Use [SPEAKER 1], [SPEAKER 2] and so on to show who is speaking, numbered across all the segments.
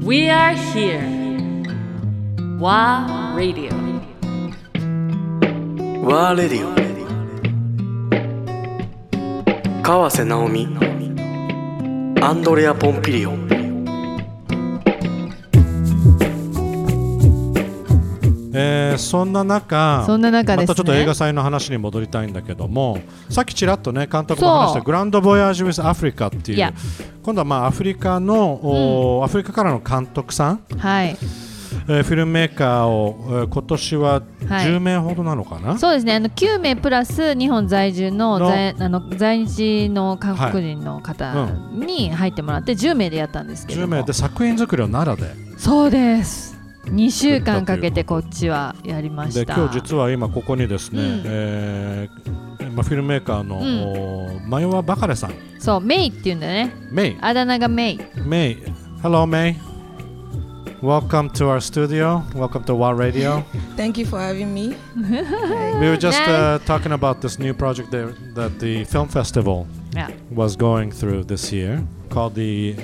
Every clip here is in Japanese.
[SPEAKER 1] We are here. WA Radio.
[SPEAKER 2] ワーレディオ川瀬直美アンドレア・ポンピリオ
[SPEAKER 3] えーそんな中
[SPEAKER 4] そんな中
[SPEAKER 3] ま
[SPEAKER 4] ですね
[SPEAKER 3] たちょっと映画祭の話に戻りたいんだけどもさっきちらっとね監督も話した
[SPEAKER 4] そう
[SPEAKER 3] グランド・ボヤージュ・ウィズ・アフリカっていう、
[SPEAKER 4] Yeah
[SPEAKER 3] 今度はまあアフリカの、おーアフリカからの監督さん、
[SPEAKER 4] はい、
[SPEAKER 3] えーフィルムメーカーを、えー今年は
[SPEAKER 4] はい
[SPEAKER 3] 10名ほどなのかな、
[SPEAKER 4] そうですねあの9名プラス日本在住の
[SPEAKER 3] の
[SPEAKER 4] 在あの在日の韓国人の方に入ってもらって10名でやったんですけ
[SPEAKER 3] 10
[SPEAKER 4] ども
[SPEAKER 3] 名で作品作りを奈良
[SPEAKER 4] そうです2週間かけてこっちはやりま
[SPEAKER 3] で
[SPEAKER 4] し
[SPEAKER 3] で
[SPEAKER 4] た
[SPEAKER 3] 今日実は今ここにですね、
[SPEAKER 4] うん
[SPEAKER 3] えーまあ、フィルムメーカーの、
[SPEAKER 4] うん
[SPEAKER 3] おーマヨワ・バカレさん
[SPEAKER 4] そうメイっていうんだよね
[SPEAKER 3] メイ
[SPEAKER 4] あだ名がメイ
[SPEAKER 3] May, hello May. Welcome to our studio. Welcome to WA Radio.
[SPEAKER 5] Thank you for having me.
[SPEAKER 3] we were just
[SPEAKER 4] Nice.
[SPEAKER 3] uh, talking about this new project there that the film festival
[SPEAKER 4] Yeah.
[SPEAKER 3] was going through this year called the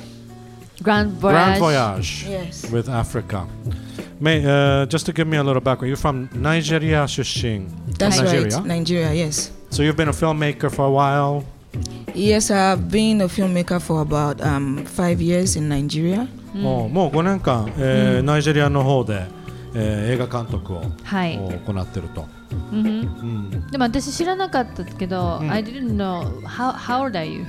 [SPEAKER 4] グランドボヤー
[SPEAKER 3] Grand
[SPEAKER 4] ジ
[SPEAKER 3] Voyage
[SPEAKER 5] Yes.
[SPEAKER 3] with Africa. May, uh, just to give me a little background, you're from Nigeria, Shushin.
[SPEAKER 5] That's
[SPEAKER 3] Nigeria?
[SPEAKER 5] right. Nigeria, yes.
[SPEAKER 3] So you've been a filmmaker for a while.
[SPEAKER 5] Yes, I've been a filmmaker for about um, five years in Nigeria.
[SPEAKER 3] もうもう5年間、えーナイジェリアの方で、えー映画監督を
[SPEAKER 4] はい
[SPEAKER 3] 行ってると。うん
[SPEAKER 4] でも私知らなかったけど、I didn't know how, how old are you?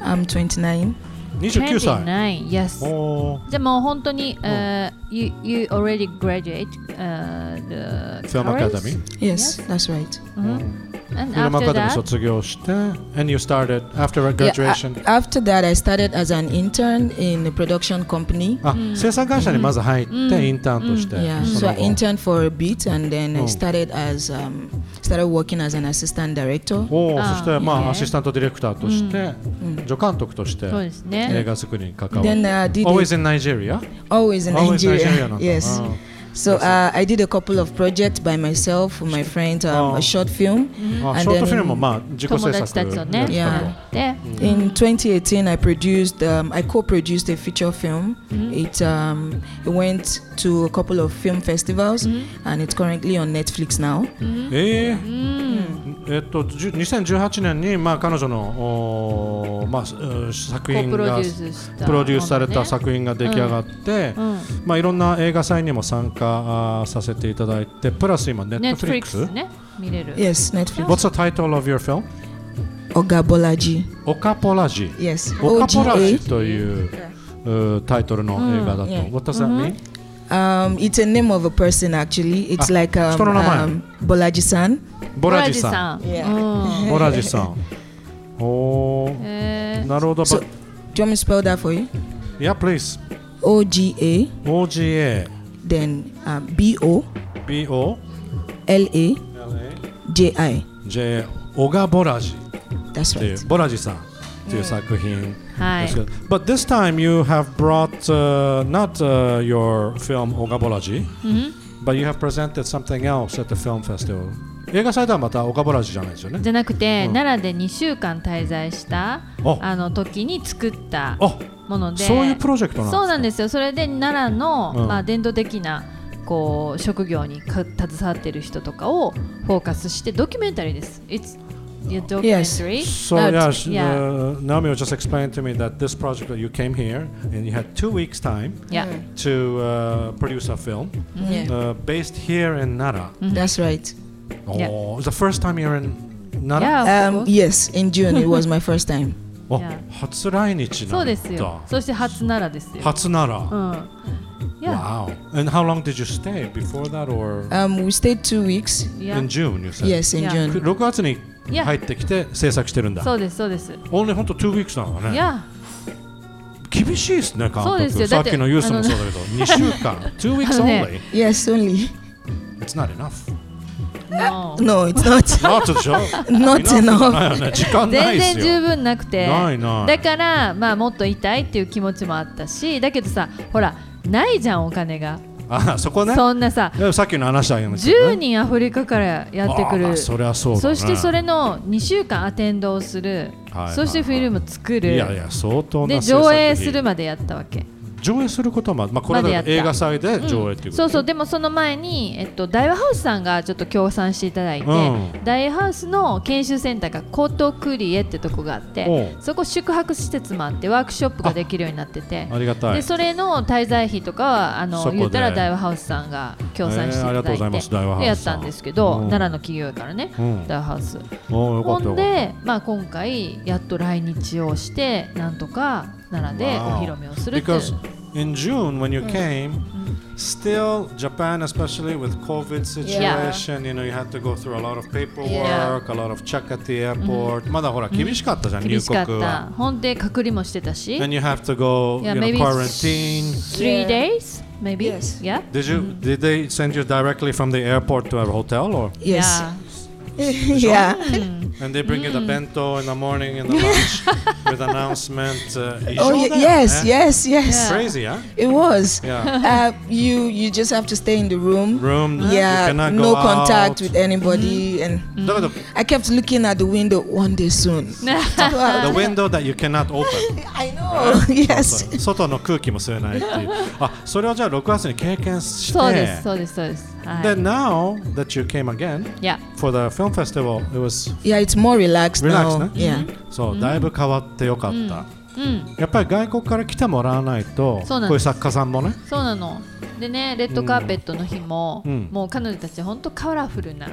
[SPEAKER 5] I'm 29.
[SPEAKER 3] 29歳。
[SPEAKER 4] 29 yes
[SPEAKER 3] おー
[SPEAKER 4] じゃあもう本当に、えー you, you already graduate、uh, the
[SPEAKER 3] Film
[SPEAKER 4] college?
[SPEAKER 3] Academy.
[SPEAKER 5] Yes, that's right.
[SPEAKER 4] and
[SPEAKER 3] フィルムア
[SPEAKER 4] after
[SPEAKER 3] カデミー
[SPEAKER 4] that
[SPEAKER 3] 卒業して、and you started after
[SPEAKER 5] Yeah,
[SPEAKER 3] graduation、
[SPEAKER 5] a- after that, I started as an intern in a production company.
[SPEAKER 3] あ、生産会社にまず入って、インターンとして、
[SPEAKER 5] Yeah,
[SPEAKER 3] そ
[SPEAKER 5] so
[SPEAKER 3] の
[SPEAKER 5] I
[SPEAKER 3] 後
[SPEAKER 5] interned for a bit, and then
[SPEAKER 3] Oh.
[SPEAKER 5] I started as um, started working as an assistant director.
[SPEAKER 3] おー
[SPEAKER 4] あ
[SPEAKER 3] そして、ま
[SPEAKER 4] いい
[SPEAKER 3] あ、
[SPEAKER 4] ね
[SPEAKER 3] アシスタントディレクターとして、助監督として、
[SPEAKER 4] そうです
[SPEAKER 3] 映
[SPEAKER 4] ね
[SPEAKER 3] 画作りに関わる。
[SPEAKER 5] Then I did a-
[SPEAKER 3] Always in Nigeria?
[SPEAKER 5] always in
[SPEAKER 3] Always
[SPEAKER 5] Nigeria.
[SPEAKER 3] Nigeria なんだ。
[SPEAKER 5] yes.
[SPEAKER 3] あー
[SPEAKER 5] So uh, I did a couple of projects by myself with my friend, um,
[SPEAKER 3] Oh.
[SPEAKER 5] a short film.
[SPEAKER 3] あ
[SPEAKER 5] And
[SPEAKER 3] ショート
[SPEAKER 5] then
[SPEAKER 3] フィルムも、まあ、自己制
[SPEAKER 4] 友達
[SPEAKER 3] 作
[SPEAKER 4] たちをね
[SPEAKER 3] やったり
[SPEAKER 5] Yeah.
[SPEAKER 4] で、
[SPEAKER 5] In 2018, I produced, um, I co-produced a feature film. It, um, it went to a couple of film festivals, and it's currently on Netflix now.
[SPEAKER 3] Mm-hmm. えーえっと、じゅ2018年に、まあ、彼女のおー、まあすえー、作
[SPEAKER 4] コ
[SPEAKER 3] 品
[SPEAKER 4] プロデュ
[SPEAKER 3] が
[SPEAKER 4] ースした
[SPEAKER 3] プロデュースされた
[SPEAKER 4] も
[SPEAKER 3] 作品が出来上がって、
[SPEAKER 4] のね
[SPEAKER 3] まあ、いろんな映画祭にも参加あーさせていただいて、プラス今、ネ
[SPEAKER 4] うん、ネ
[SPEAKER 3] ッ
[SPEAKER 4] ッ
[SPEAKER 3] ト
[SPEAKER 4] ト
[SPEAKER 3] フ
[SPEAKER 4] フ
[SPEAKER 3] リッ
[SPEAKER 4] リッ
[SPEAKER 3] ク
[SPEAKER 4] ク
[SPEAKER 3] ス。
[SPEAKER 4] スね見れる
[SPEAKER 5] Yes, Netflix.
[SPEAKER 3] What's the title of your film?
[SPEAKER 5] Ogabolaji.
[SPEAKER 3] オカポラジ。
[SPEAKER 5] Yes.
[SPEAKER 3] オカポラジ
[SPEAKER 5] OGA.
[SPEAKER 3] といううタイトルの映画だと。
[SPEAKER 5] Yeah.
[SPEAKER 3] What does that mean?
[SPEAKER 5] Um, it's a name of a person actually. It's
[SPEAKER 3] Ah,
[SPEAKER 5] like um,
[SPEAKER 3] 人の名前。
[SPEAKER 5] um, Bolaji-san.
[SPEAKER 3] ボラジさ
[SPEAKER 4] ボ
[SPEAKER 3] ん。
[SPEAKER 4] ラジさん、うん
[SPEAKER 3] ボラジさ ん。おお。
[SPEAKER 4] え
[SPEAKER 3] なるほど。
[SPEAKER 5] So, do you want me to spell that for you?
[SPEAKER 3] Yeah, please.
[SPEAKER 5] O G A,
[SPEAKER 3] O G A
[SPEAKER 5] then um, B O
[SPEAKER 3] B O
[SPEAKER 5] L A J I.
[SPEAKER 3] J オガボラジ。
[SPEAKER 5] That's
[SPEAKER 3] ってい
[SPEAKER 5] right.
[SPEAKER 3] うボラジさんっていう作品
[SPEAKER 4] は
[SPEAKER 3] で
[SPEAKER 4] い
[SPEAKER 3] すけど、But this time you have brought、uh, not、uh, your film オガボラジ、but
[SPEAKER 4] Mm-hmm.
[SPEAKER 3] you have presented something else at the film festival 映画祭ではまたオガボラジじゃないですよね
[SPEAKER 4] じゃなくて、
[SPEAKER 3] うん
[SPEAKER 4] 奈良で2週間滞在した
[SPEAKER 3] あ
[SPEAKER 4] あの時に作った
[SPEAKER 3] あ
[SPEAKER 4] もので
[SPEAKER 3] そういうプロジェクトなんですか
[SPEAKER 4] そうなんですよそれで奈良の、
[SPEAKER 3] うん
[SPEAKER 4] まあ、伝統的なこう職業にか携わってる人とかをフォーカスしてドキュメンタリーです It's a documentary
[SPEAKER 3] So
[SPEAKER 5] That-
[SPEAKER 3] yeah, sh-
[SPEAKER 4] yeah.
[SPEAKER 3] Uh, Naomi was just explained to me that this project that you came here and you had two weeks time
[SPEAKER 4] Yeah.
[SPEAKER 3] to uh, produce a film
[SPEAKER 5] Yeah,
[SPEAKER 3] uh, based here in Nara.
[SPEAKER 5] that's right.
[SPEAKER 3] Oh,
[SPEAKER 4] Yeah.
[SPEAKER 3] it's the first time you're in Nara. Oh,
[SPEAKER 4] Yeah, of
[SPEAKER 5] Um,
[SPEAKER 4] course.
[SPEAKER 5] yes, in June it was my first time.
[SPEAKER 3] あ
[SPEAKER 4] Yeah.
[SPEAKER 3] 初来日
[SPEAKER 4] そ
[SPEAKER 3] な
[SPEAKER 4] うんで
[SPEAKER 3] だ。
[SPEAKER 4] すよそして初奈良ですよ
[SPEAKER 3] 初なら。
[SPEAKER 4] うんいや
[SPEAKER 3] Wow. And how long did you stay before that or
[SPEAKER 5] Um, we stayed two weeks.
[SPEAKER 4] いや
[SPEAKER 3] in June you said?
[SPEAKER 5] Yes, in
[SPEAKER 4] Yeah.
[SPEAKER 5] June.
[SPEAKER 3] 6月に
[SPEAKER 4] Yeah.
[SPEAKER 3] 入ってきて制作してるんだ。
[SPEAKER 4] そうですそうです
[SPEAKER 3] Only 本当 two weeks なの
[SPEAKER 4] い
[SPEAKER 3] ね。
[SPEAKER 4] や
[SPEAKER 3] 厳しいですね、監
[SPEAKER 4] そうです
[SPEAKER 3] 督。
[SPEAKER 4] よ
[SPEAKER 3] さ
[SPEAKER 4] だ
[SPEAKER 3] っ
[SPEAKER 4] って
[SPEAKER 3] きのユースもそうだけど、2週 間。two
[SPEAKER 4] あ
[SPEAKER 3] weeks
[SPEAKER 4] のね
[SPEAKER 3] only?
[SPEAKER 5] Yes, only.
[SPEAKER 3] It's not enough.
[SPEAKER 4] もう
[SPEAKER 5] No, it's not.
[SPEAKER 3] Not enough.
[SPEAKER 5] not enough.
[SPEAKER 3] ないよね時間ない
[SPEAKER 4] 全
[SPEAKER 3] です
[SPEAKER 4] 然
[SPEAKER 3] よ。
[SPEAKER 4] 十分なくて
[SPEAKER 3] ないない
[SPEAKER 4] だからまあもっといたいっていう気持ちもあったしだけどさほらないじゃんお金が、
[SPEAKER 3] あ、そこね。
[SPEAKER 4] そんなさ
[SPEAKER 3] でもさっきの話あげましたよね。
[SPEAKER 4] 10人アフリカからやってく
[SPEAKER 3] あー
[SPEAKER 4] る
[SPEAKER 3] そりゃそうだね。
[SPEAKER 4] してそれの2週間アテンドをする、
[SPEAKER 3] はいはいはい
[SPEAKER 4] そしてフィルム作る
[SPEAKER 3] いやいや、相当な
[SPEAKER 4] で
[SPEAKER 3] 制作
[SPEAKER 4] 上
[SPEAKER 3] 費
[SPEAKER 4] 映するまでやったわけ
[SPEAKER 3] 上映することはまあ、まあ、これ
[SPEAKER 4] までや
[SPEAKER 3] は
[SPEAKER 4] った
[SPEAKER 3] 映画祭で上映っていうこと、
[SPEAKER 4] そうそうでもその前に、えっと、大和ハウスさんがちょっと協賛していただいて、
[SPEAKER 3] うん
[SPEAKER 4] 大和ハウスの研修センターがコートクリエってとこがあって
[SPEAKER 3] おう
[SPEAKER 4] そこ宿泊施設もあってワークショップができるようになってて
[SPEAKER 3] ありがた
[SPEAKER 4] で
[SPEAKER 3] い
[SPEAKER 4] それの滞在費とかはあ
[SPEAKER 3] そこ
[SPEAKER 4] の
[SPEAKER 3] で
[SPEAKER 4] 言ったら大和ハウスさんが協賛し
[SPEAKER 3] え
[SPEAKER 4] てい
[SPEAKER 3] ーありが
[SPEAKER 4] た
[SPEAKER 3] とう
[SPEAKER 4] だ
[SPEAKER 3] ござい
[SPEAKER 4] い
[SPEAKER 3] ま
[SPEAKER 4] て
[SPEAKER 3] す大和ハウスさん
[SPEAKER 4] でやったんですけど、
[SPEAKER 3] うん
[SPEAKER 4] 奈良の企業やからね、
[SPEAKER 3] うん
[SPEAKER 4] 大和ハウス。
[SPEAKER 3] おーよか
[SPEAKER 4] ほ
[SPEAKER 3] ったよ
[SPEAKER 4] ん
[SPEAKER 3] かっ
[SPEAKER 4] で、まあ、今回やっと来日をしてなんとか奈良でお披露目をするっていう
[SPEAKER 3] Because in June when you came, still Japan, especially with COVID situation, you know, you had to go through a lot of paperwork, a lot of check at the
[SPEAKER 4] Mm-hmm.
[SPEAKER 3] airport. まだほら厳しかったじゃん、入
[SPEAKER 4] 厳しかっ
[SPEAKER 3] 国
[SPEAKER 4] た
[SPEAKER 3] は。
[SPEAKER 4] ほんで隔離もしてたし
[SPEAKER 3] And you have to go,
[SPEAKER 4] Yeah,
[SPEAKER 3] you know,
[SPEAKER 4] maybe
[SPEAKER 3] quarantine.
[SPEAKER 4] three
[SPEAKER 5] Yeah.
[SPEAKER 4] days maybe
[SPEAKER 5] Yes.
[SPEAKER 4] yeah
[SPEAKER 3] Did you?
[SPEAKER 4] Mm-hmm.
[SPEAKER 3] Did they send you directly from the airport to a hotel, or
[SPEAKER 5] Yes.
[SPEAKER 4] yeah.
[SPEAKER 5] Yeah.
[SPEAKER 3] and they bring you the
[SPEAKER 4] Mm-hmm.
[SPEAKER 3] bento in the morning and the lunch with announcement? Uh, you
[SPEAKER 5] Oh,
[SPEAKER 3] saw
[SPEAKER 5] ye-
[SPEAKER 3] that?
[SPEAKER 5] yes,
[SPEAKER 3] Yeah.
[SPEAKER 5] yes, yes.
[SPEAKER 4] Yeah.
[SPEAKER 3] Crazy, huh?
[SPEAKER 5] It was.
[SPEAKER 3] Yeah.
[SPEAKER 5] Uh, you you just have to stay in the room.
[SPEAKER 3] Room.
[SPEAKER 5] Yeah.
[SPEAKER 3] You cannot go
[SPEAKER 5] no contact
[SPEAKER 3] out. Mm-hmm.
[SPEAKER 5] with anybody, and
[SPEAKER 3] だけど
[SPEAKER 5] I kept looking at the window. One day soon.
[SPEAKER 3] The window that you cannot open.
[SPEAKER 5] I know. yes.
[SPEAKER 3] 外の空気も吸えないっていう。あ、それをじゃあ6月に経験して。
[SPEAKER 4] そうですそうですそうですはい
[SPEAKER 3] で、now that you came again
[SPEAKER 4] Yeah.
[SPEAKER 3] for the film festival, it was
[SPEAKER 5] Yeah, it's more relaxed
[SPEAKER 3] relaxed Mm-hmm.
[SPEAKER 5] now.
[SPEAKER 3] ね。
[SPEAKER 5] Yeah.
[SPEAKER 3] そう、だいぶ変わってよかった。
[SPEAKER 4] うん
[SPEAKER 3] やっぱり外国から来てもらわないと、
[SPEAKER 4] そ
[SPEAKER 3] こ
[SPEAKER 4] うなんです
[SPEAKER 3] ういう作家さんもね。
[SPEAKER 4] そうなのでねレッドカーペットの日も、
[SPEAKER 3] うん
[SPEAKER 4] もう彼女たち本当カラフルな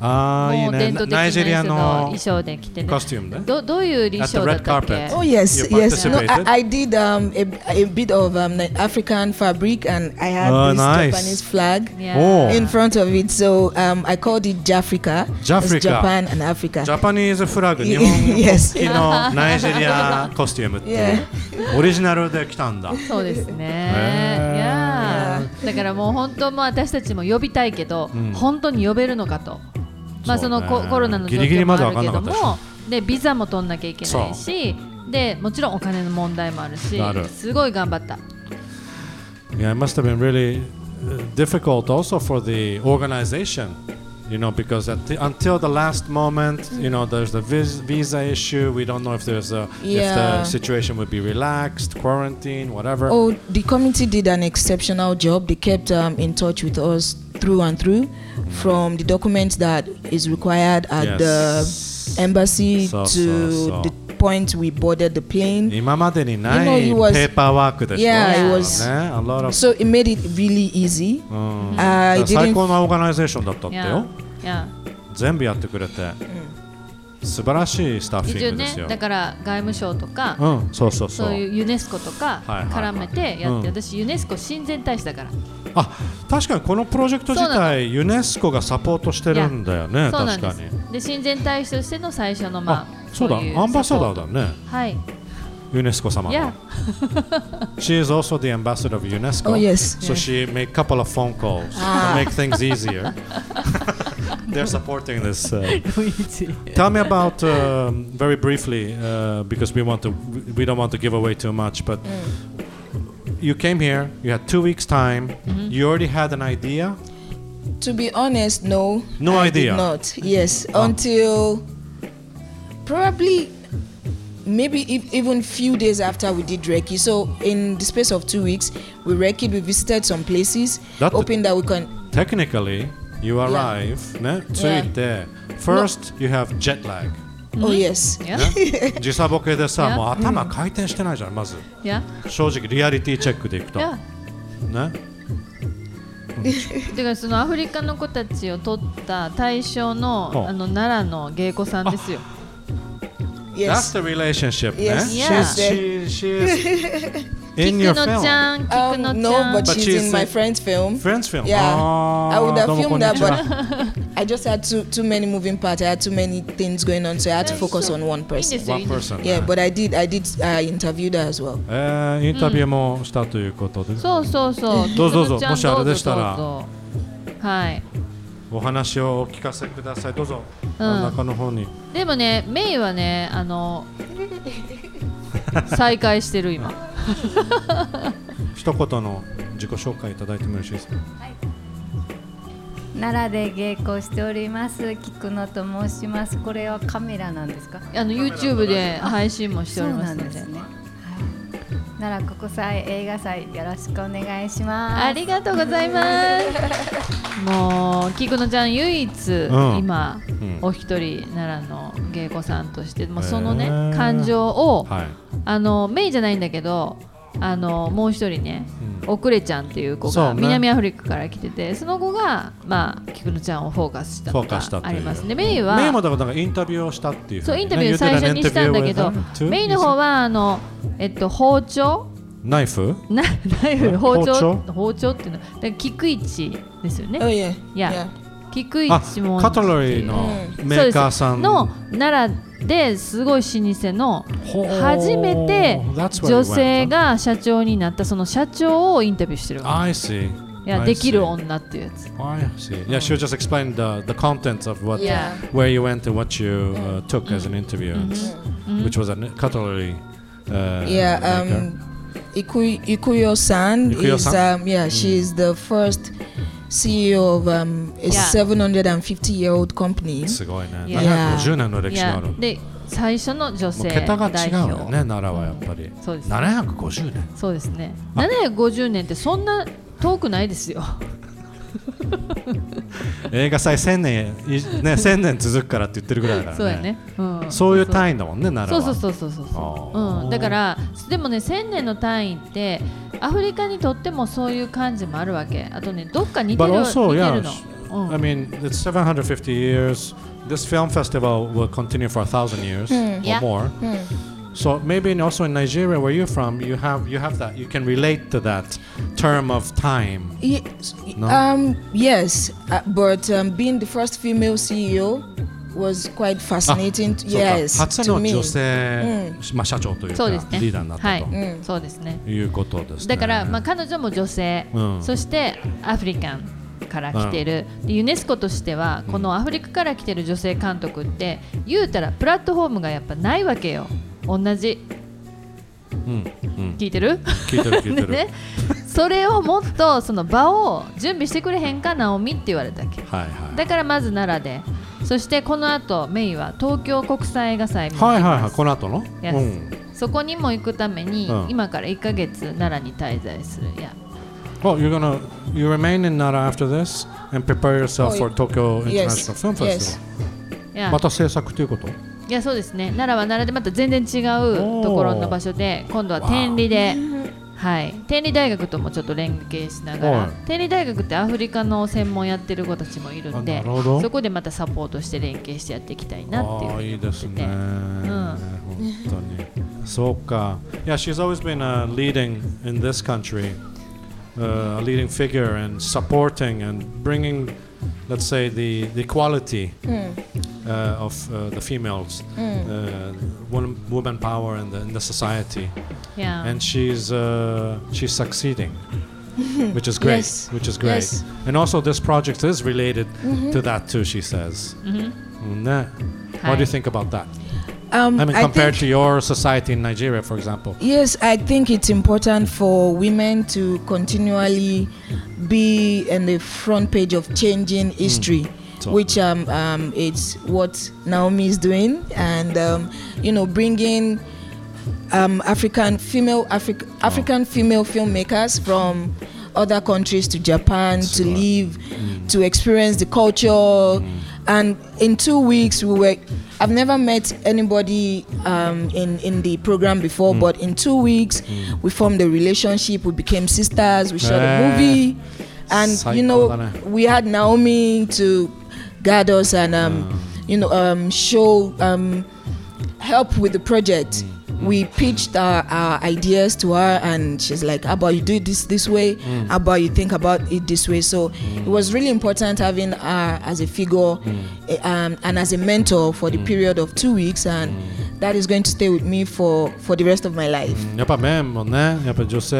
[SPEAKER 3] ああ、いい
[SPEAKER 4] もう
[SPEAKER 3] ね。
[SPEAKER 4] 伝
[SPEAKER 3] ナ
[SPEAKER 4] 統的
[SPEAKER 3] ナ
[SPEAKER 4] な
[SPEAKER 3] イジェリア
[SPEAKER 4] 人の
[SPEAKER 3] の
[SPEAKER 4] 衣装で着てね
[SPEAKER 3] コスチュームね。
[SPEAKER 4] どどういう衣装だったっ
[SPEAKER 3] At the red
[SPEAKER 4] け
[SPEAKER 3] carpet.
[SPEAKER 5] Oh yes,
[SPEAKER 3] You
[SPEAKER 5] yes. No, I,
[SPEAKER 3] participated?
[SPEAKER 5] I did um, a, a bit of um, like African fabric, and I had
[SPEAKER 3] Oh,
[SPEAKER 5] this
[SPEAKER 3] nice.
[SPEAKER 5] Japanese flag.
[SPEAKER 4] Yeah.
[SPEAKER 3] Oh.
[SPEAKER 5] In front of it, so um, I called it Jafrica. It's
[SPEAKER 3] Jafrica.
[SPEAKER 5] Japan and Africa.
[SPEAKER 3] ジャパニーズフ ラグ、日
[SPEAKER 5] Ye-
[SPEAKER 3] 本
[SPEAKER 5] yes.
[SPEAKER 3] 式のナイジェリアコスチュームって いう。オリジナルで来たんだ。
[SPEAKER 4] そうですね。
[SPEAKER 3] へー
[SPEAKER 4] いやーだからもう本当もう私たちも呼びたいけど、本当に呼べるのかと。まあ
[SPEAKER 3] そ
[SPEAKER 4] そう
[SPEAKER 3] ね
[SPEAKER 4] のココロナの状
[SPEAKER 3] ギリギリ
[SPEAKER 4] 況も
[SPEAKER 3] まで
[SPEAKER 4] あ
[SPEAKER 3] わか
[SPEAKER 4] る
[SPEAKER 3] ん
[SPEAKER 4] け
[SPEAKER 3] なか
[SPEAKER 4] ど
[SPEAKER 3] った
[SPEAKER 4] も
[SPEAKER 3] し、
[SPEAKER 4] でビザも取んなきゃいけないし、でもちろんお金の問題もあるし
[SPEAKER 3] なる、
[SPEAKER 4] すごい頑張った。
[SPEAKER 3] Yeah, it must have been really uh, difficult also for the organization, you know, because at the, until the last moment, you know, there's the vis- visa issue. We don't know if there's a if the
[SPEAKER 5] Yeah.
[SPEAKER 3] situation would be relaxed, quarantine, whatever.
[SPEAKER 5] Oh, the committee did an exceptional job. They kept um, in touch with us through and through, from the documents that is required at
[SPEAKER 3] Yes.
[SPEAKER 5] the embassy
[SPEAKER 3] So,
[SPEAKER 5] to
[SPEAKER 3] so, so.
[SPEAKER 5] the point we boarded the plane.
[SPEAKER 3] 今までにない
[SPEAKER 5] You know, it was-
[SPEAKER 3] ペーパーワークでしょ
[SPEAKER 5] Yeah, it was-
[SPEAKER 3] ね a lot of mm.
[SPEAKER 5] So it made it really easy.
[SPEAKER 3] うん、
[SPEAKER 5] I
[SPEAKER 3] 最
[SPEAKER 5] didn't
[SPEAKER 3] 高のオーガナイゼーションだったっ
[SPEAKER 4] い
[SPEAKER 3] て
[SPEAKER 4] や
[SPEAKER 3] よ。
[SPEAKER 4] ー、いやー。
[SPEAKER 3] 全部やってくれて、
[SPEAKER 5] Mm.
[SPEAKER 3] 素晴らしいスタッフ
[SPEAKER 4] 一
[SPEAKER 3] ィン
[SPEAKER 4] 応
[SPEAKER 3] グで
[SPEAKER 4] ね
[SPEAKER 3] すよ。
[SPEAKER 4] だから外務省とか、
[SPEAKER 3] うん、そうそうそう。
[SPEAKER 4] そういうユネスコとか
[SPEAKER 3] はいはいはい
[SPEAKER 4] 絡めてやって、
[SPEAKER 3] うん
[SPEAKER 4] 私ユネスコ親善大使だから。
[SPEAKER 3] あ確かにこのプロジェクト自
[SPEAKER 4] そうな
[SPEAKER 3] 体ユネスコがサポートしてるんだよね
[SPEAKER 4] そう
[SPEAKER 3] 確
[SPEAKER 4] なん
[SPEAKER 3] か
[SPEAKER 4] で
[SPEAKER 3] に
[SPEAKER 4] す。で親善大使としての最初のま
[SPEAKER 3] あ
[SPEAKER 4] あ
[SPEAKER 3] そうだ
[SPEAKER 4] い
[SPEAKER 3] アンバサダー
[SPEAKER 4] サポ
[SPEAKER 3] だね
[SPEAKER 4] トはい。
[SPEAKER 3] ユネスコ様
[SPEAKER 4] いや
[SPEAKER 3] の。She is also the ambassador of UNESCO
[SPEAKER 5] Oh, yes.
[SPEAKER 3] so she made couple of phone calls
[SPEAKER 4] Ah.
[SPEAKER 3] to make things easier They're supporting this uh, Tell me about um, very briefly uh, because we want to we don't want to give away too much but
[SPEAKER 4] Mm.
[SPEAKER 3] You came here, you had two weeks' time,
[SPEAKER 4] Mm-hmm.
[SPEAKER 3] you already had an idea.
[SPEAKER 5] To be honest, no.
[SPEAKER 3] No
[SPEAKER 5] I
[SPEAKER 3] idea. Ah.
[SPEAKER 5] Did not. Yes. Until probably maybe e- even few days after we did Reiki. So in the space of two weeks, we Reiki, we visited some places,
[SPEAKER 3] That-
[SPEAKER 5] hoping that we can.
[SPEAKER 3] Technically, you arrive, ね、着いて、first you have jet lag、
[SPEAKER 5] Oh yes.
[SPEAKER 4] いや
[SPEAKER 3] ね、 時差ボケでさ、
[SPEAKER 4] Yeah.
[SPEAKER 3] もう頭回転してないじゃん、まず。
[SPEAKER 4] いや
[SPEAKER 3] 正直、リアリティチェックでいく
[SPEAKER 4] い
[SPEAKER 3] と。
[SPEAKER 4] や
[SPEAKER 3] ね。
[SPEAKER 4] だからそのアフリカの子たちを取った対
[SPEAKER 3] ほ
[SPEAKER 4] 象
[SPEAKER 3] う
[SPEAKER 4] のあの奈良の芸妓さんですよ。
[SPEAKER 5] Yes.
[SPEAKER 3] That's the relationship, ね。
[SPEAKER 5] Yes.
[SPEAKER 3] She's, she, she is in
[SPEAKER 4] 菊
[SPEAKER 3] your
[SPEAKER 4] 野
[SPEAKER 3] film.
[SPEAKER 4] ちゃん、菊
[SPEAKER 5] Um,
[SPEAKER 4] 野ち
[SPEAKER 5] no,
[SPEAKER 4] ゃん
[SPEAKER 5] but
[SPEAKER 3] But
[SPEAKER 5] she's
[SPEAKER 3] she's
[SPEAKER 5] in my
[SPEAKER 3] a-
[SPEAKER 5] friend's film.
[SPEAKER 3] Friends film.
[SPEAKER 5] Yeah. I would
[SPEAKER 3] あー
[SPEAKER 5] have
[SPEAKER 3] どうもこん
[SPEAKER 5] filmed
[SPEAKER 3] に
[SPEAKER 5] that,
[SPEAKER 3] ちは
[SPEAKER 5] but I just had too too many moving parts. I had too many things going on, so I had to focus on one
[SPEAKER 4] いいんですよ。
[SPEAKER 5] person.
[SPEAKER 3] One
[SPEAKER 4] いいんです
[SPEAKER 3] person.
[SPEAKER 5] Yeah, but I did. I did. I interviewed her as well.
[SPEAKER 3] えーインタビューもしたということで、
[SPEAKER 4] そうそうそう。
[SPEAKER 3] どうぞどうぞ
[SPEAKER 4] 菊野ちゃ
[SPEAKER 3] もしあ
[SPEAKER 4] ん
[SPEAKER 3] れでしたら
[SPEAKER 4] どうぞどうぞはい。
[SPEAKER 3] お話をお聞かせください。どうぞ、真ん中の方に。
[SPEAKER 4] でもね、メイはね、あの再会してる今。
[SPEAKER 3] 一言の自己紹介いただいてもよろしいですか
[SPEAKER 1] 奈良で芸行しております菊野と申しますこれはカメラなんですか
[SPEAKER 4] あの YouTube で配信もしておりますので。
[SPEAKER 1] ね奈良国際映画祭よろしくお願いします
[SPEAKER 4] ありがとうございます。もう菊乃ちゃん唯一、
[SPEAKER 3] ん
[SPEAKER 4] 今、
[SPEAKER 3] ん
[SPEAKER 4] お一人奈良の芸妓さんとして、もうそのね、
[SPEAKER 3] へー
[SPEAKER 4] 感情を、
[SPEAKER 3] はい。
[SPEAKER 4] あのメインじゃないんだけど。あのもう一人ね、
[SPEAKER 3] うん
[SPEAKER 4] オクレちゃんっていう子
[SPEAKER 3] そ
[SPEAKER 4] が
[SPEAKER 3] うね
[SPEAKER 4] 南アフリカから来ててその子が、まあ、菊乃ちゃんをフォーカスした
[SPEAKER 3] フ
[SPEAKER 4] と
[SPEAKER 3] ォーカスした
[SPEAKER 4] か
[SPEAKER 3] とい
[SPEAKER 4] あ
[SPEAKER 3] う
[SPEAKER 4] りますねメインは
[SPEAKER 3] メイもだからなんかインタビューをしたっていうふ
[SPEAKER 4] そうう
[SPEAKER 3] に
[SPEAKER 4] イ
[SPEAKER 3] ね
[SPEAKER 4] ンタビュー最初にしたんだけど
[SPEAKER 3] You did an interview with them too?
[SPEAKER 4] メインの方はあの、えっと、包丁
[SPEAKER 3] ナイフ
[SPEAKER 4] なナイフ包丁
[SPEAKER 3] 包
[SPEAKER 4] 包
[SPEAKER 3] 丁
[SPEAKER 4] 丁っていうのだから菊市ですよね、
[SPEAKER 5] Oh yeah.
[SPEAKER 4] Yeah.菊
[SPEAKER 3] あ
[SPEAKER 4] 市も
[SPEAKER 3] カトロリーのメーカーさん
[SPEAKER 4] の奈良ですごい老舗の
[SPEAKER 3] ほう
[SPEAKER 4] 初めて
[SPEAKER 3] That's where you went,
[SPEAKER 4] 女性が社長になったその社長をインタビューしてるわ
[SPEAKER 3] I see
[SPEAKER 4] いや
[SPEAKER 3] I
[SPEAKER 4] できる
[SPEAKER 3] see.
[SPEAKER 4] 女っていうやつ
[SPEAKER 3] I see yeah she just explained the, the contents of what
[SPEAKER 5] Yeah.
[SPEAKER 3] where you went and what you uh, took as an interview which was a cutlery uh,
[SPEAKER 5] Yeah,
[SPEAKER 3] maker.
[SPEAKER 5] um, Iku, Ikuyo-san is
[SPEAKER 3] Ikuyo-san?
[SPEAKER 5] um, yeah, she's the first CEO of um, a
[SPEAKER 4] Yeah.
[SPEAKER 5] 750-year-old company.
[SPEAKER 3] すごいね
[SPEAKER 4] Yeah.
[SPEAKER 3] 750年の歴
[SPEAKER 4] い
[SPEAKER 3] 史があ
[SPEAKER 4] や
[SPEAKER 3] るも
[SPEAKER 4] で最初の女
[SPEAKER 3] う
[SPEAKER 4] 性
[SPEAKER 3] 桁が違
[SPEAKER 4] 代
[SPEAKER 3] うよ
[SPEAKER 4] 表
[SPEAKER 3] ね奈良はやっぱり
[SPEAKER 4] そうです
[SPEAKER 3] 750年
[SPEAKER 4] そうですね750年ってそんな遠くないですよ
[SPEAKER 3] 映画祭1000年いね1000年 続くからって言ってるぐらいだからね
[SPEAKER 4] そうやねうん
[SPEAKER 3] そういう単位だもんね奈良
[SPEAKER 4] そう
[SPEAKER 3] は
[SPEAKER 4] そうそうそうそうそう、
[SPEAKER 3] あー
[SPEAKER 4] うん、だからでもね千年の単位ってアフリカにとってもそういう感じもあるわけあとねどっか似て
[SPEAKER 3] But
[SPEAKER 4] る
[SPEAKER 3] also, yeah,
[SPEAKER 4] 似てるの
[SPEAKER 3] sh- I mean, it's 750 years. This film festival will continue for a thousand years or
[SPEAKER 4] Yeah.
[SPEAKER 3] more. So maybe in, also in Nigeria, where you're from, you have you have that. You can relate to that term of time.
[SPEAKER 5] Ye-
[SPEAKER 3] No?
[SPEAKER 5] Um, yes, uh, but um, being the first female CEO was quite
[SPEAKER 3] Ah,
[SPEAKER 5] fascinating. to-
[SPEAKER 3] そうか
[SPEAKER 5] yes,
[SPEAKER 3] 初
[SPEAKER 5] to
[SPEAKER 3] の
[SPEAKER 5] me.
[SPEAKER 3] 女性、まあ社長という
[SPEAKER 4] そ
[SPEAKER 3] か
[SPEAKER 4] う
[SPEAKER 3] リ
[SPEAKER 4] ですね
[SPEAKER 3] ーダーになった
[SPEAKER 4] はい、
[SPEAKER 3] と
[SPEAKER 4] そうですね
[SPEAKER 3] いうことですね。
[SPEAKER 4] だから、まあ、彼女も女性、
[SPEAKER 3] うん
[SPEAKER 4] そしてアフリカンから来てる、でユネスコとしてはこのアフリカから来てる女性監督って言うたらプラットフォームがやっぱないわけよ同じ
[SPEAKER 3] うんうん
[SPEAKER 4] 聞いてる
[SPEAKER 3] 聞いてる聞いてる。
[SPEAKER 4] ね、それをもっとその場を準備してくれへんかナオミって言われたっけ
[SPEAKER 3] はいはい。
[SPEAKER 4] だからまず奈良でそしてこの後メイは東京国際映画祭も行き
[SPEAKER 3] はいはいは
[SPEAKER 4] ま
[SPEAKER 3] い。
[SPEAKER 4] す
[SPEAKER 3] この後の。
[SPEAKER 4] Yes そこにも行くために、
[SPEAKER 3] うん
[SPEAKER 4] 今から1ヶ月奈良に滞在するや
[SPEAKER 3] Well, you're gonna you remain in Nara after this and prepare yourself
[SPEAKER 5] Oh,
[SPEAKER 3] for Tokyo
[SPEAKER 5] yes,
[SPEAKER 3] International Film
[SPEAKER 5] yes. Ah.
[SPEAKER 3] Festival.
[SPEAKER 4] いや
[SPEAKER 3] また制作ということ？
[SPEAKER 4] いやそうですね奈良は奈良でまた全然違
[SPEAKER 3] おー
[SPEAKER 4] うところの場所で今度は天理で、はい、天理大学ともちょっと連携しなが
[SPEAKER 3] はい
[SPEAKER 4] ら天理大学ってアフリカの専門やってる子たちもいるん
[SPEAKER 3] あな
[SPEAKER 4] で
[SPEAKER 3] るほど
[SPEAKER 4] そこでまたサポートして連携してやっていきたいなってい
[SPEAKER 3] あ
[SPEAKER 4] うふう
[SPEAKER 3] あ
[SPEAKER 4] に
[SPEAKER 3] いい
[SPEAKER 4] 思
[SPEAKER 3] で
[SPEAKER 4] って
[SPEAKER 3] す
[SPEAKER 4] て
[SPEAKER 3] ね、
[SPEAKER 5] Ah.
[SPEAKER 3] 本当にそうか Yeah she's always been a leading in this country uh, a leading figure and supporting and bringing let's say the the quality
[SPEAKER 5] Hmm.
[SPEAKER 3] uh, of uh, the females uh, woman, woman power in the, in the society
[SPEAKER 4] いや
[SPEAKER 5] Um.
[SPEAKER 3] and she's uh, she's succeeding which is great
[SPEAKER 5] Yes.
[SPEAKER 3] which is great
[SPEAKER 5] Yes. Mm-hmm.
[SPEAKER 3] and also this project is related to that too she says Nah. what do
[SPEAKER 4] Hi.
[SPEAKER 3] you think about that
[SPEAKER 5] Um,
[SPEAKER 3] i mean compared
[SPEAKER 5] think-
[SPEAKER 3] to your society in nigeria for example
[SPEAKER 5] Yes, I think it's important for women to continually be in the front page of changing history,
[SPEAKER 3] So-
[SPEAKER 5] which um, um, it's what Naomi is doing, and um, you know, bringing um, African female Afri- African female filmmakers from other countries to Japan to
[SPEAKER 3] right.
[SPEAKER 5] live, to experience the culture. And in two weeks, we were. I've never met anybody um, in in the program before, but in two weeks, we formed a relationship. We became sisters. We shot
[SPEAKER 3] Eh.
[SPEAKER 5] a movie, and you know,
[SPEAKER 3] Psycho.
[SPEAKER 5] we had Naomi to guide us and um, you know um, show um, help with the project. We pitched our, our ideas to her, and she's like, "How about you do it this this way? How about you think about it this way?" So it was really important having her as a figure eh, um, and as a mentor for the period of two weeks, and that is going to stay with me for for the rest of my life.
[SPEAKER 3] やっぱ面もねやっぱ女性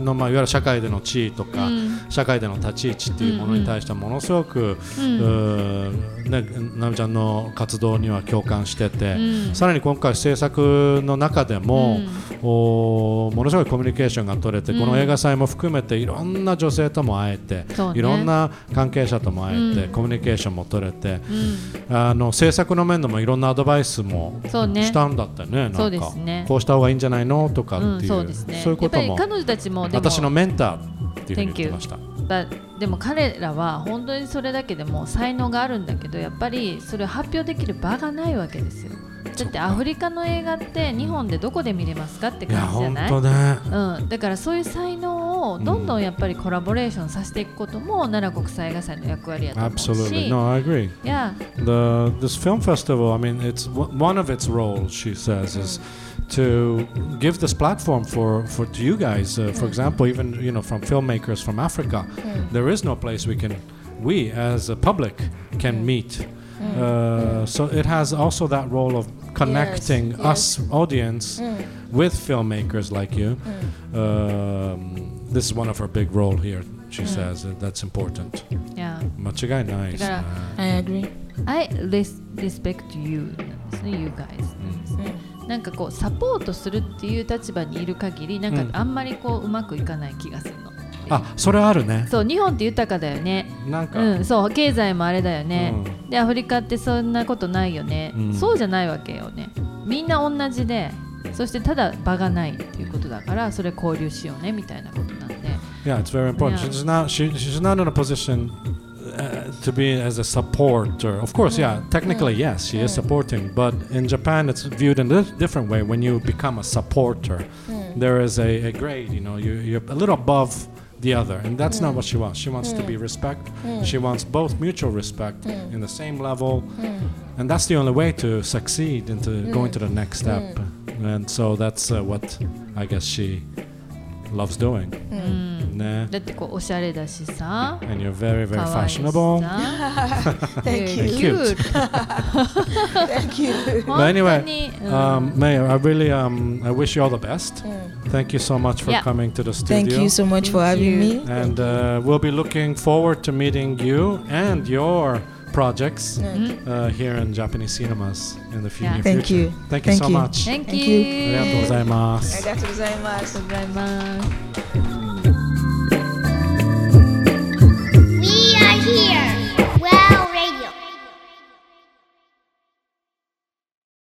[SPEAKER 3] の、いまあ、いわゆる社会での地位とか、社会での立ち位置っていうものに対してはものすごく、うんね、なみちゃんの活動には共感してて、さらに今回制作の中でも、おーものすごいコミュニケーションが取れて、この映画祭も含めていろんな女性とも会えて、
[SPEAKER 4] そうね
[SPEAKER 3] いろんな関係者とも会えて、コミュニケーションも取れて、あの制作の面でもいろんなアドバイスも
[SPEAKER 4] そうね
[SPEAKER 3] したんだったよねなんか
[SPEAKER 4] そうですね
[SPEAKER 3] こうした方がいいんじゃないのとかっ
[SPEAKER 4] うん
[SPEAKER 3] ていう,、
[SPEAKER 4] そうですね
[SPEAKER 3] いうこと
[SPEAKER 4] や
[SPEAKER 3] も
[SPEAKER 4] っぱり彼女たちもでも
[SPEAKER 3] 私のメンターっていうふうに
[SPEAKER 4] Thank
[SPEAKER 3] 言ってました
[SPEAKER 4] だでも彼らは本当にそれだけでも才能があるんだけどやっぱりそれを発表できる場がないわけですよだってアフリカの映画って日本でどこで見れますかって
[SPEAKER 3] いや
[SPEAKER 4] 感じじゃ
[SPEAKER 3] 本
[SPEAKER 4] ない
[SPEAKER 3] 当ね
[SPEAKER 4] うん、だからそういう才能をどんどんやっぱりコラボレーションさせていくことも奈良国際映画祭の役割やと思うし
[SPEAKER 3] Absolutely. No, I agree.
[SPEAKER 4] いや
[SPEAKER 3] The this film festival, I mean, it's w- one of its roles. She says is to give this platform for for to you guys. Uh, for example, even you know from filmmakers from Africa, there is no place we can we as a public can meet. Uh, so it has also that role of connecting
[SPEAKER 5] Yes,
[SPEAKER 3] us audience with filmmakers like you. Um, this is one of her big role here. She says uh, that's important.
[SPEAKER 4] いや
[SPEAKER 3] Machigai nice.
[SPEAKER 4] Gara-
[SPEAKER 5] I agree.
[SPEAKER 4] I res- respect you なんですね you guys なんです
[SPEAKER 5] Mm.
[SPEAKER 4] ねなんかこうサポートするっていう立場にいる限りなん
[SPEAKER 3] うん
[SPEAKER 4] かあんまりこううまくいかない気がするの、
[SPEAKER 3] あそれあるね
[SPEAKER 4] そう日本って豊かだよね
[SPEAKER 3] なんか、
[SPEAKER 4] うん、そう経済もあれだよね、でアフリカってそんなことないよね、
[SPEAKER 3] うん
[SPEAKER 4] そうじゃないわけよねみんな同じでそしてただ場がないっていうことだからそれ交流しようねみたいなことなんで
[SPEAKER 3] yeah it's very important
[SPEAKER 4] Yeah.
[SPEAKER 3] she's not she, she's not in a position uh, to be as a supporter of course yeah technically yes she is supporting but in Japan it's viewed in a lit- different way when you become a supporter there is a, a grade you know you, you're a little above the other and that's not what she wants she wants to be respect she wants both mutual respect in the same level and that's the only way to succeed and to going to the next step and so that's uh, what i guess she loves doing
[SPEAKER 5] Mm.
[SPEAKER 4] うん、
[SPEAKER 3] nah.
[SPEAKER 4] だってこうおしゃれだしさ
[SPEAKER 3] and you're very
[SPEAKER 4] 可
[SPEAKER 3] very
[SPEAKER 4] 愛いしさ
[SPEAKER 3] fashionable
[SPEAKER 5] Thank
[SPEAKER 4] Very
[SPEAKER 5] you.
[SPEAKER 3] Cute.
[SPEAKER 4] cute.
[SPEAKER 5] Thank you.
[SPEAKER 4] 本当に、うん
[SPEAKER 3] um, mayor i really um, i wish you all the best thank you so much for
[SPEAKER 4] Yeah.
[SPEAKER 3] coming to the studio
[SPEAKER 5] Thank you so much for
[SPEAKER 4] Thank
[SPEAKER 5] having
[SPEAKER 4] you.
[SPEAKER 5] me.
[SPEAKER 3] and uh, we'll be looking forward to meeting you and your projects uh, here in japanese cinemas in the fu-
[SPEAKER 4] Yeah.
[SPEAKER 3] near future
[SPEAKER 5] Thank you.
[SPEAKER 3] thank you
[SPEAKER 5] Thank
[SPEAKER 3] so
[SPEAKER 5] you.
[SPEAKER 3] much
[SPEAKER 4] Thank
[SPEAKER 5] Thank
[SPEAKER 4] you
[SPEAKER 3] ありがとうございます
[SPEAKER 5] ありがとうございます。
[SPEAKER 4] ありがとうございます